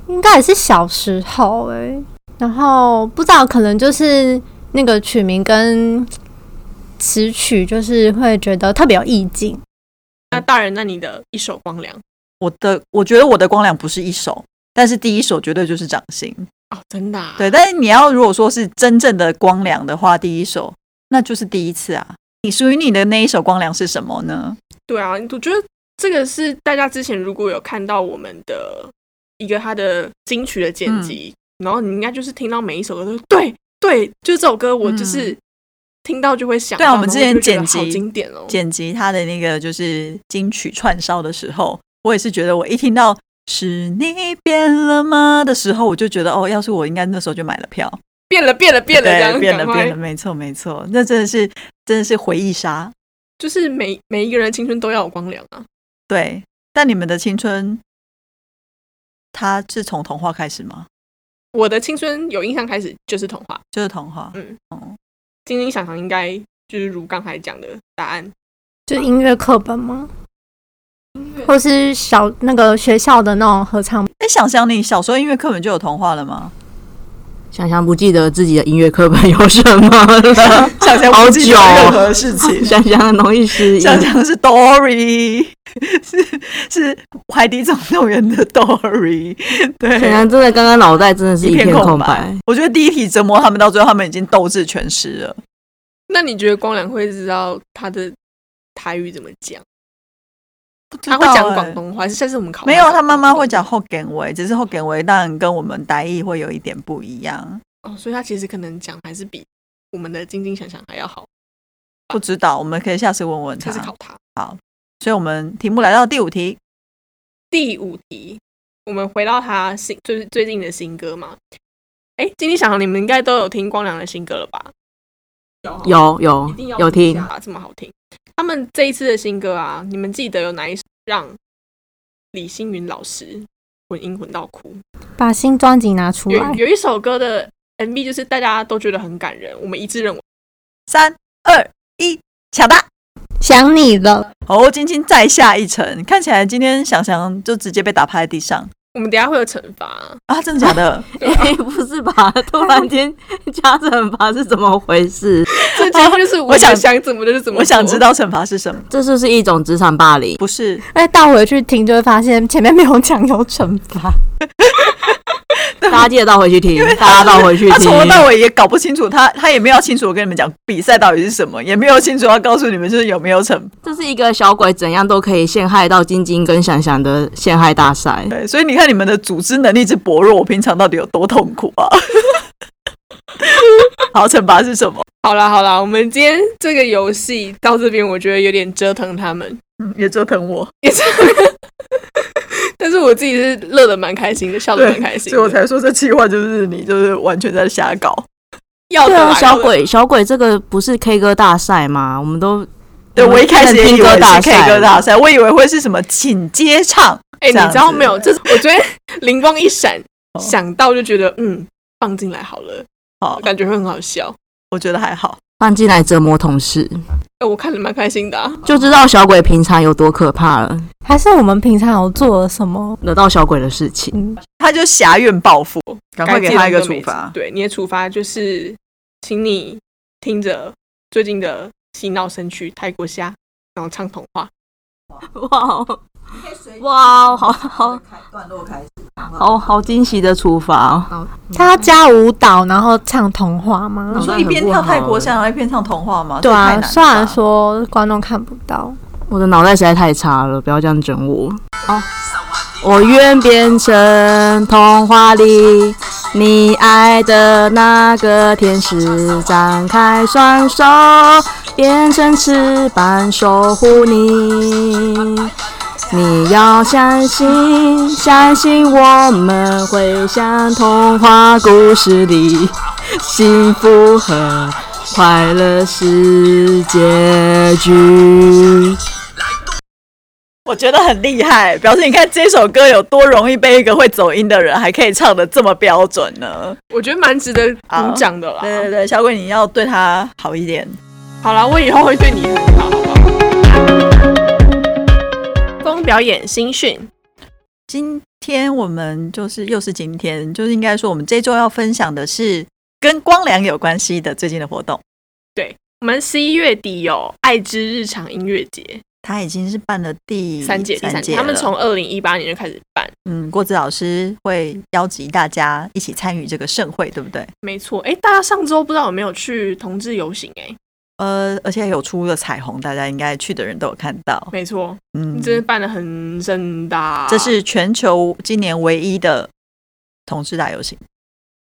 S4: 应该也是小时候哎、然后不知道可能就是那个曲名跟词曲，就是会觉得特别有意境。
S1: 嗯
S2: 那大人，那你的一首光良
S1: 我的我觉得我的光良不是一首，但是第一首绝对就是掌心。
S2: 哦，真的、啊、
S1: 对，但是你要如果说是真正的光良的话，第一首那就是第一次啊。你属于你的那一首光良是什么呢？
S2: 对啊，我觉得这个是大家之前如果有看到我们的一个他的金曲的
S1: 嗯
S2: 剪辑，然后你应该就是听到每一首歌都是对对，就是这首歌我就是听到就会想到。
S1: 嗯对啊我们之前
S2: 然后就觉得
S1: 剪辑
S2: 好经典哦，
S1: 剪辑他的那个就是金曲串烧的时候，我也是觉得我一听到“是你变了吗”的时候，我就觉得哦，要是我应该那时候就买了票。
S2: 变了变了变了，这样
S1: 对，变了
S2: 赶快
S1: 变了，没错没错，那真的是真的是回忆杀。
S2: 就是每每一个人的青春都要有光良啊。
S1: 对，但你们的青春，它是从童话开始吗？
S2: 我的青春有印象开始就是童话，
S1: 就是童话，
S2: 嗯
S1: 哦，
S2: 晶晶想想应该就是如刚才讲的答案，
S4: 就是音乐课本吗？或是小那个学校的那种合唱，
S1: 哎，想想你小时候音乐课本就有童话了 吗？
S3: 想想不记得自己的音乐课本有什 么了，
S1: 想想
S3: 好
S1: 不记得
S3: 久
S1: 任
S3: 哦，，
S1: 何事情
S3: 想想很容易失 忆。
S1: 想想是 Dory，是 是海底总动员的 Dory，
S3: 想
S1: 对。
S3: 想真的，刚刚脑袋真的是一
S1: 一
S3: 片
S1: 片空
S3: 空
S1: 白。我觉得第一题折磨他们到最后，他们已经斗志全失了。
S2: 那你觉得光良会知道他的台语怎么讲？
S1: 不知
S2: 他会
S1: 道
S2: 讲
S1: 哎
S2: 广东话，还是下次我们考？
S1: 没有，他妈妈会讲后梗维，只是后梗维当然跟我们台译会有一点不一样。
S2: 哦，所以他其实可能讲还是比我们的晶晶想想还要好，
S1: 不知道，我们可以下次问问
S2: 下
S1: 他。
S2: 次考他。
S1: 所以，我们题目来到第五题，
S2: 第五题，我们回到他新就是最近的新歌嘛。哎，晶晶想想，你们应该都有听光良的新歌了吧？
S3: 有有
S1: 哦
S2: 一定要
S3: 有听
S2: 一，下这么好听。他们这一次的新歌啊，你们记得有哪一首让李星云老师混音混到哭？
S4: 把新专辑拿出
S2: 有
S4: 来。
S2: 有一首歌的 MV 就是大家都觉得很感人，我们一致认为
S1: 三二一，抢答！
S4: 想你了，
S1: 哦，晶晶再下一层，看起来今天想想就直接被打趴在地上
S2: 我们等一下会有惩 罚。
S1: 啊！真的假的？
S3: 哎，不是吧？突然间加惩罚是怎么回事？
S2: 这节目就是
S1: 我
S2: 想
S1: 想
S2: 想怎么就是怎么，
S1: 我想知。道惩罚是什么？
S3: 这是不是一种职场霸凌？
S1: 不是，
S4: 哎，倒回去听就会发现前面没有讲有惩罚，
S3: 大家记得倒回去听，大家倒回去
S1: 他
S3: 听
S1: 从。头到尾也搞不清楚，他他也没有清楚我跟你们讲比赛到底是什么，也没有清楚要告诉你们就是有没有惩罚。
S3: 这是一个小鬼怎样都可以陷害到晶晶跟想想的陷害大赛。
S1: 对，所以你看你们的组织能力之薄弱，我平常到底有多痛苦啊！ 好，惩罚是什么？
S2: 好啦好啦，我们今天这个游戏到这边，我觉得有点折腾他们，
S1: 嗯，也折腾我，
S2: 也是。但是我自己是乐得蛮开心的，笑得蛮开心
S1: 所以我
S2: 的。
S1: 才说这计划就是你就是完全在瞎搞。
S2: 要
S3: 对
S2: 的
S3: 啊，
S2: 啦
S3: 小，
S2: 要的
S3: 鬼小鬼，这个不是 K 歌大赛吗？我们都
S1: 对，我一开始也以为
S3: 我们
S1: 是
S3: 看
S1: K
S3: 听
S1: 嗯歌
S3: 歌
S1: 大
S3: 大
S1: 赛，我以为会是什么请接唱，
S2: 哎、
S1: 这样
S2: 你知道
S1: 子
S2: 没有？这是我昨天 灵光一闪，
S1: 哦
S2: 想到就觉得嗯，放进来好了，
S1: 好，
S2: 感觉会很好笑。
S1: 我觉得还好。
S3: 放进来折磨同事，
S2: 哎、我看了蛮开心的、啊。
S3: 就知道小鬼平常有多可怕了，
S4: 还是我们平常有做了什么？
S3: 惹到小鬼的事情。
S4: 嗯，
S1: 他就狭怨报复，赶快
S2: 该
S1: 给
S2: 记
S1: 他
S2: 得
S1: 一个
S2: 都没
S1: 处罚
S2: 记。对，你的处罚就是，请你听着最近的洗脑神曲《泰国虾》，然后唱童话。
S3: 哇哦哇哦，好好好好惊喜的处罚哦！
S1: 嗯
S4: 他要加舞蹈，然后唱童话吗
S1: 你
S3: 嗯？
S1: 说一边跳泰国象，然后一边唱童话吗？
S4: 对
S1: 这也太
S4: 啊，
S1: 难了吧
S4: 虽然说观众看不到，
S3: 我的脑袋实在太差了，不要这样整我。哦，我愿变成童话里你爱的那个天使，展开双手，变成翅膀守护你。你要相信，相信我们会像童话故事里，幸福和快乐是结局。
S1: 我觉得很厉害，表示你看这首歌有多容易被一个会走音的人还可以唱的这么标准呢？
S2: 我觉得蛮值得
S1: 好
S2: 鼓掌的啦。
S1: 对对对，小鬼你要对他好一点。
S2: 好啦，我以后会对你很好，好不好？公表演新训，
S1: 今天我们就是又是今天，就是应该说我们这周要分享的是跟光良有关系的最近的活动，
S2: 我们十一月底有爱之日常音乐节
S1: 他已经是办了第
S2: 三届，第
S1: 嗯三
S2: 三届，
S1: 届
S2: 他们
S1: 了
S2: 从二零一八年就开始办，
S1: 嗯，郭子老师会邀集大家一起参与这个盛会，对不对？
S2: 没错。哎，大家上周不知道有没有去同志游行、哎，
S1: 呃，而且有出了彩虹，大家应该去的人都有看到。
S2: 没错，
S1: 嗯，
S2: 真的啊办的很盛大，
S1: 这是全球今年唯一的同志大游行，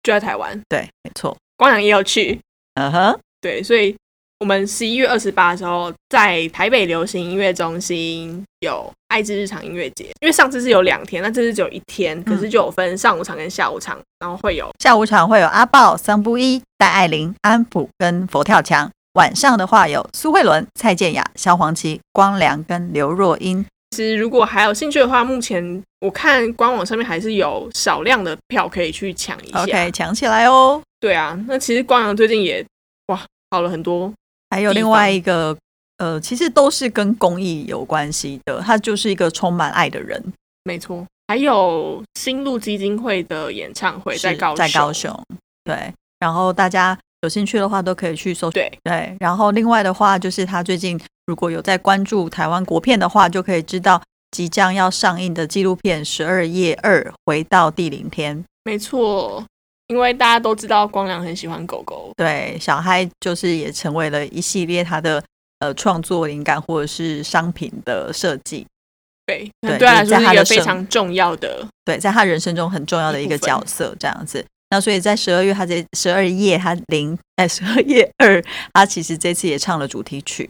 S2: 就在台湾，
S1: 对，没错。
S2: 光良也有去，
S1: 嗯哼，
S2: 对，所以我们十一月二十八的时候，在台北流行音乐中心有爱之日常音乐节。因为上次是有两天，那这次只有一天，可
S1: 嗯
S2: 是就有分上午场跟下午场，然后会有
S1: 下午场会有阿豹、桑布伊、戴爱玲、安普跟佛跳墙。晚上的话有苏慧伦、蔡健雅、萧煌奇、光良跟刘若英。
S2: 其实如果还有兴趣的话，目前我看官网上面还是有少量的票可以去抢一下。
S1: OK，抢起来哦！
S2: 对啊，那其实光阳最近也哇好了很多，
S1: 还有
S2: 地
S1: 另外
S2: 方
S1: 一个，呃，其实都是跟公益有关系的。他就是一个充满爱的人，
S2: 没错。还有新路基金会的演唱会在
S1: 是
S2: 高
S1: 在高
S2: 雄，
S1: 雄，对。然后大家有兴趣的话，都可以去搜
S2: 对，
S1: 对，然后另外的话就是他最近如果有在关注台湾国片的话，就可以知道即将要上映的纪录片《十二夜二：回到第零天》。
S2: 没错。因为大家都知道光良很喜欢狗狗，
S1: 对，小嗨就是也成为了一系列他的呃创作灵感或者是商品的设计，
S2: 对，
S1: 对
S2: 那对他来
S1: 就是
S2: 说
S1: 在
S2: 是
S1: 他
S2: 一
S1: 的
S2: 个非
S1: 生
S2: 常重要的，
S1: 对，在他人生中很重要的一个角色这样子。那所以在十二月，他这十二夜他零哎十二夜二，他其实这次也唱了主题曲。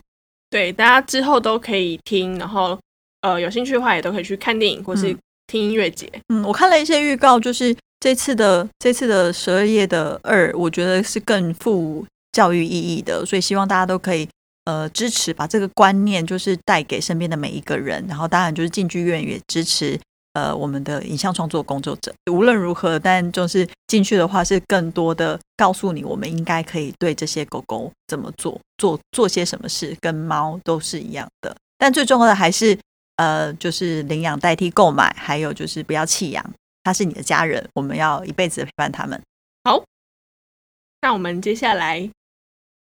S2: 对，大家之后都可以听，然后呃有兴趣的话也都可以去看电影或是
S1: 嗯
S2: 听音乐节，
S1: 嗯，我看了一些预告，就是这次的这次的十二页的二，我觉得是更富教育意义的，所以希望大家都可以呃支持，把这个观念就是带给身边的每一个人。然后当然就是进剧院也支持呃我们的影像创作工作者。无论如何，但就是进去的话是更多的告诉你，我们应该可以对这些狗狗怎么做，做做些什么事，跟猫都是一样的。但最重要的还是呃，就是领养代替购买，还有就是不要弃养，他是你的家人，我们要一辈子地陪伴他们。
S2: 那我们接下来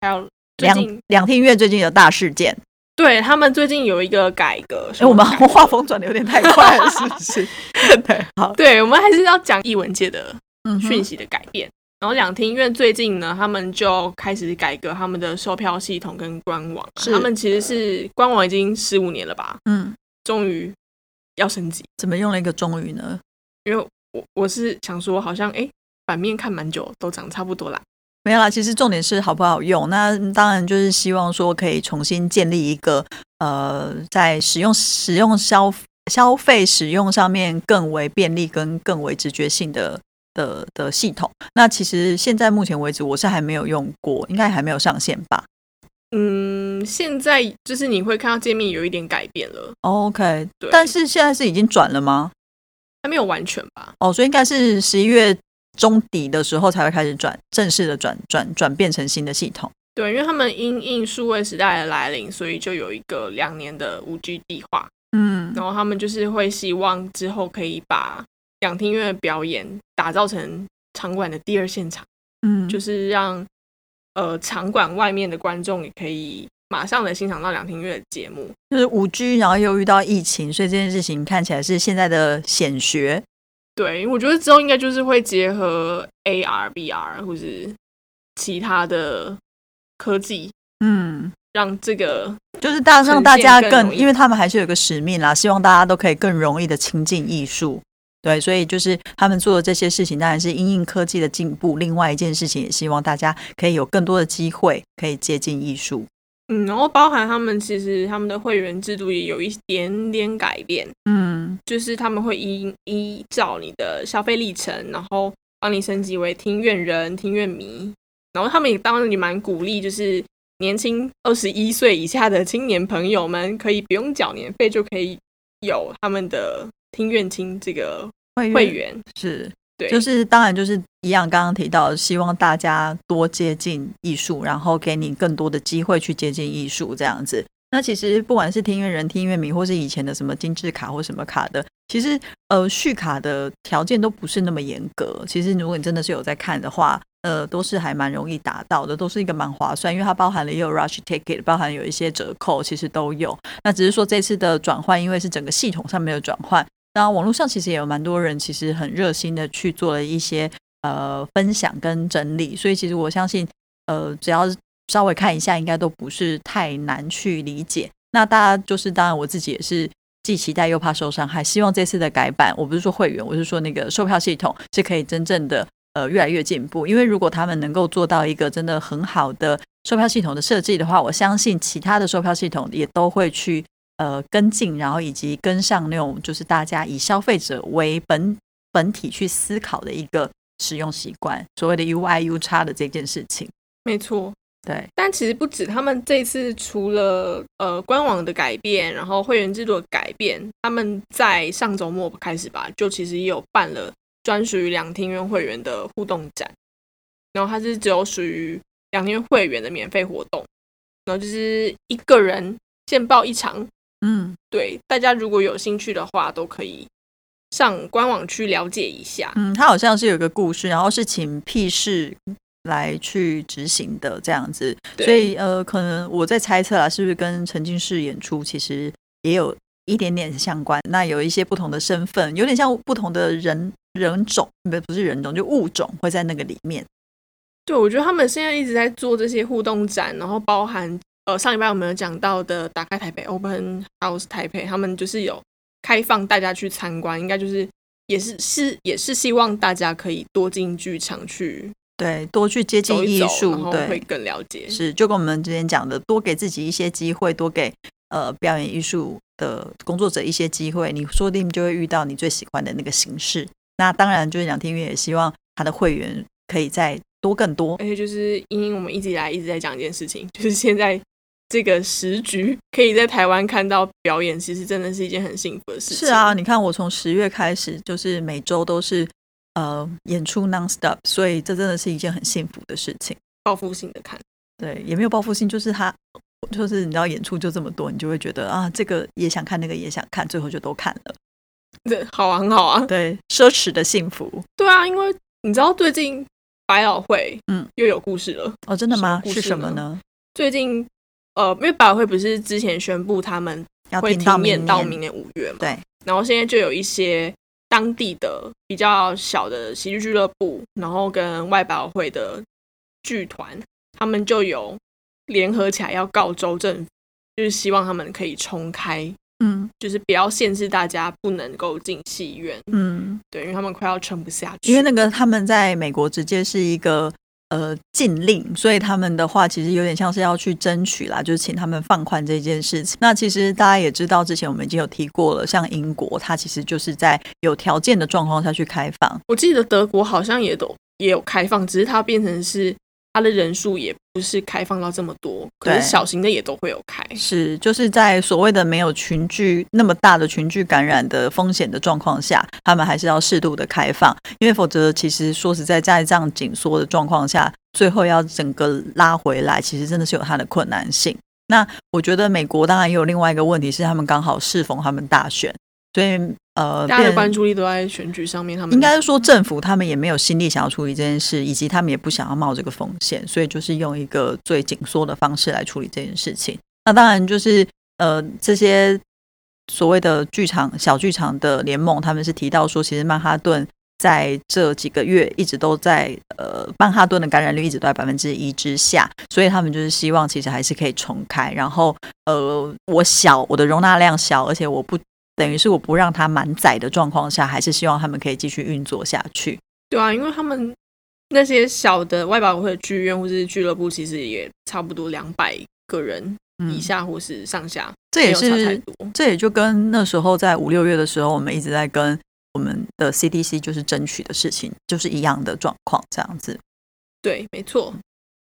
S2: 还有最
S1: 两
S2: 近
S1: 两厅院最近有大事件，
S2: 对他们最近有一个改革，
S1: 哎、
S2: 什么
S1: 我们
S2: 改革
S1: 画风转的有点太快了，是不是？对，好，
S2: 对我们还是要讲译文界的
S1: 嗯哼
S2: 讯息的改变。然后两厅院最近呢，他们就开始改革他们的售票系统跟官网，啊
S1: 是
S2: 他们其实是官网已经十五年了吧，
S1: 嗯，
S2: 终于要升级。
S1: 怎么用了一个终于呢？
S2: 因为我我是想说，好像哎、诶版面看蛮久，都长差不多啦。
S1: 没有啦，其实重点是好不好用。那当然就是希望说可以重新建立一个呃，在使用使用消消费使用上面更为便利跟更为直觉性的的的系统。那其实现在目前为止，我是还没有用过，应该还没有上线吧
S2: 嗯，现在就是你会看到界面有一点改变了，
S1: ？OK，
S2: 对
S1: 但是现在是已经转了吗？
S2: 还没有完全吧？
S1: 哦，所以应该是十一月中底的时候才会开始转正式的转转转变成新的系统。
S2: 对，因为他们因应数位时代的来临，所以就有一个两年的五 G 计划，
S1: 嗯
S2: 然后他们就是会希望之后可以把两厅院的表演打造成场馆的第二现场，
S1: 嗯
S2: 就是让呃场馆外面的观众也可以马上的欣赏到两厅院的节目。
S1: 就是五 G，然后又遇到疫情，所以这件事情看起来是现在的显学。
S2: 对，因为我觉得之后应该就是会结合 AR、VR 或是其他的科技，
S1: 嗯，
S2: 让这个
S1: 就是大让大家
S2: 呈现
S1: 更，
S2: 更容易
S1: 因为他们还是有个使命啦，希望大家都可以更容易的亲近艺术。对，所以就是他们做的这些事情，当然是因应科技的进步。另外一件事情，也希望大家可以有更多的机会可以接近艺术。
S2: 嗯，然后包含他们其实他们的会员制度也有一点点改变，
S1: 嗯，
S2: 就是他们会依依照你的消费历程，然后帮你升级为听乐人、听乐迷，然后他们也当然也蛮鼓励，就是年轻二十一岁以下的青年朋友们可以不用缴年费就可以有他们的听乐听这个
S1: 会
S2: 会员，
S1: 是，
S2: 对，
S1: 嗯就是当然就是一样，刚刚提到的，希望大家多接近艺术，然后给你更多的机会去接近艺术这样子。那其实不管是听乐人、听乐迷，或是以前的什么精致卡或什么卡的，其实呃续卡的条件都不是那么严格。其实如果你真的是有在看的话，呃，都是还蛮容易达到的，都是一个蛮划算，因为它包含了也有 rush ticket，包含有一些折扣，其实都有。那只是说这次的转换，因为是整个系统上面的转换，那网络上其实也有蛮多人，其实很热心的去做了一些呃分享跟整理，所以其实我相信，呃，只要稍微看一下，应该都不是太难去理解。那大家就是，当然我自己也是既期待又怕受伤害，希望这次的改版，我不是说会员，我是说那个售票系统是可以真正的呃越来越进步，因为如果他们能够做到一个真的很好的售票系统的设计的话，我相信其他的售票系统也都会去呃跟进，然后以及跟上那种就是大家以消费者为本本体去思考的一个使用习惯，所谓的 UI U 叉的这件事情。
S2: 没错。
S1: 对，
S2: 但其实不止，他们这次除了呃官网的改变，然后会员制度的改变，他们在上周末开始吧，就其实也有办了专属于两厅院会员的互动展，然后它是只有属于两厅院会员的免费活动，然后就是一个人限报一场，
S1: 嗯
S2: 对大家如果有兴趣的话，都可以上官网去了解一下。
S1: 嗯，它好像是有一个故事，然后是请屁事来去执行的这样子，
S2: 对
S1: 所以呃，可能我在猜测啦，是不是跟沉浸式演出其实也有一点点相关？那有一些不同的身份，有点像不同的人人种，不不是人种，就物种会在那个里面。
S2: 对，我觉得他们现在一直在做这些互动展，然后包含呃上礼拜我们有讲到的打开台北 Open House 台北，他们就是有开放大家去参观，应该就是也是是也是希望大家可以多进剧场去
S1: 对，多去接近
S2: 走一
S1: 艺
S2: 走，
S1: 术，
S2: 然后
S1: 对，
S2: 会更了解。
S1: 是，就跟我们之前讲的，多给自己一些机会，多给呃表演艺术的工作者一些机会，你说不定就会遇到你最喜欢的那个形式。那当然，就是两天月也希望他的会员可以再多更多
S2: 而。且就是因为我们一直以来一直在讲一件事情， 就是现在这个时局，可以在台湾看到表演，其实真的是一件很幸福的事
S1: 是
S2: 情。
S1: 啊，，你看我从十月开始，就是每周都是呃演出 non stop，所以这真的是一件很幸福的事情。
S2: 报复性的看。
S1: 对，也没有报复性，就是他就是你知道演出就这么多，你就会觉得啊，这个也想看，那个也想看，最后就都看了。
S2: 对，好啊，很好啊。
S1: 对，奢侈的幸福。
S2: 对啊，因为你知道最近百老汇，
S1: 嗯
S2: 嗯，又有故事了。
S1: 哦，真的
S2: 什
S1: 吗
S2: 么？
S1: 是
S2: 故事
S1: 什么
S2: 呢
S1: 呢？
S2: 最近，呃，因为百老汇不是之前宣布他们
S1: 要
S2: 会
S1: 听到
S2: 停
S1: 明
S2: 演到
S1: 年
S2: 明年五月嘛，
S1: 对，
S2: 然后现在就有一些当地的比较小的喜剧俱乐部，然后跟外百老汇的剧团，他们就有联合起来要告州政府，就是希望他们可以重开，
S1: 嗯
S2: 就是不要限制大家不能够进戏院，
S1: 嗯，
S2: 对，因为他们快要撑不下去，
S1: 因为那个他们在美国直接是一个呃禁令，所以他们的话其实有点像是要去争取啦，就是请他们放宽这件事情。那其实大家也知道，之前我们已经有提过了，像英国，它其实就是在有条件的状况下去开放。
S2: 我记得德国好像也都也有开放，只是它变成是它的人数也不是开放到这么多，可
S1: 对
S2: 是小型的也都会有开。
S1: 是，就是在所谓的没有群聚那么大的群聚感染的风险的状况下，他们还是要适度的开放，因为否则其实说实在，在这样紧缩的状况下，最后要整个拉回来，其实真的是有它的困难性。那我觉得美国当然也有另外一个问题是，他们刚好适逢他们大选，所以呃，
S2: 大家的
S1: 变
S2: 关注力都在选举上面，他们
S1: 应该是说政府他们也没有心力想要处理这件事，以及他们也不想要冒这个风险，所以就是用一个最紧缩的方式来处理这件事情。那当然就是呃，这些所谓的剧场小剧场的联盟，他们是提到说，其实曼哈顿在这几个月一直都在呃曼哈顿的感染率一直都在百分之一之下，所以他们就是希望其实还是可以重开。然后呃，我小我的容纳量小，而且我不等于是我不让它满载的状况下，还是希望他们可以继续运作下去。
S2: 对啊，因为他们那些小的外保会的剧院或是俱乐部，其实也差不多两百个人以
S1: 嗯，
S2: 下或是上下，
S1: 这也
S2: 没有差太
S1: 是
S2: 多。
S1: 这也就跟那时候在五六月的时候，我们一直在跟我们的 CDC 就是争取的事情，就是一样的状况，这样子，
S2: 对，没错。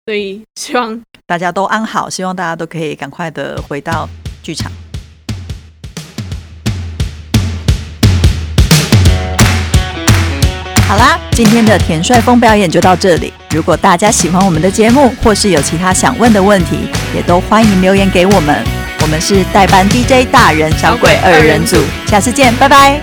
S2: 所以希望
S1: 大家都安好，希望大家都可以赶快的回到剧场。好啦，今天的田帅峰表演就到这里。如果大家喜欢我们的节目，或是有其他想问的问题，也都欢迎留言给我们。我们是代班 DJ 大人小鬼二人组，下次见，拜拜。